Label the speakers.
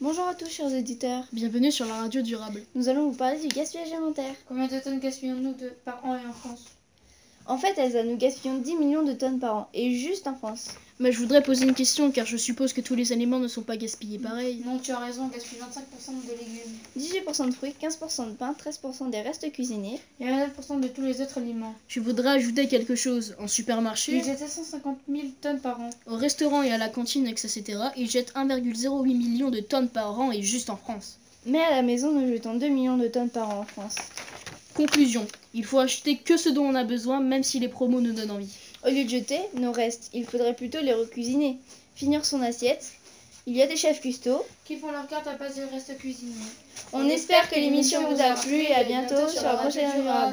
Speaker 1: Bonjour à tous chers auditeurs.
Speaker 2: Bienvenue sur la radio durable.
Speaker 1: Nous allons vous parler du gaspillage alimentaire.
Speaker 3: Combien de tonnes gaspillons-nous de- par an et en France
Speaker 1: En fait, Elsa, nous gaspillons 10 millions de tonnes par an, et juste en France.
Speaker 2: Mais je voudrais poser une question car je suppose que tous les aliments ne sont pas gaspillés pareil.
Speaker 3: Non, tu as raison, on gaspille 25% de légumes
Speaker 1: 18% de fruits, 15% de pain, 13% des restes cuisinés.
Speaker 3: et 29% de tous les autres aliments.
Speaker 2: Je voudrais ajouter quelque chose. En
Speaker 3: Ils
Speaker 2: supermarché,
Speaker 3: étaient 150 000 tonnes par an.
Speaker 2: au restaurant et à la cantine, etc., ils jettent 1,08 million de tonnes par an et juste en France.
Speaker 1: Mais à la maison, nous jetons 2 millions de tonnes par an en France.
Speaker 2: Conclusion. Il faut acheter que ce dont on a besoin même si les promos nous donnent envie.
Speaker 1: Au lieu de jeter nos restes, il faudrait plutôt les recuisiner. Finir son assiette. Il y a des chefs custods.
Speaker 3: Qui font leur carte à base de reste cuisiné
Speaker 1: On espère que l'émission vous a plu et à bientôt sur la prochaine durable.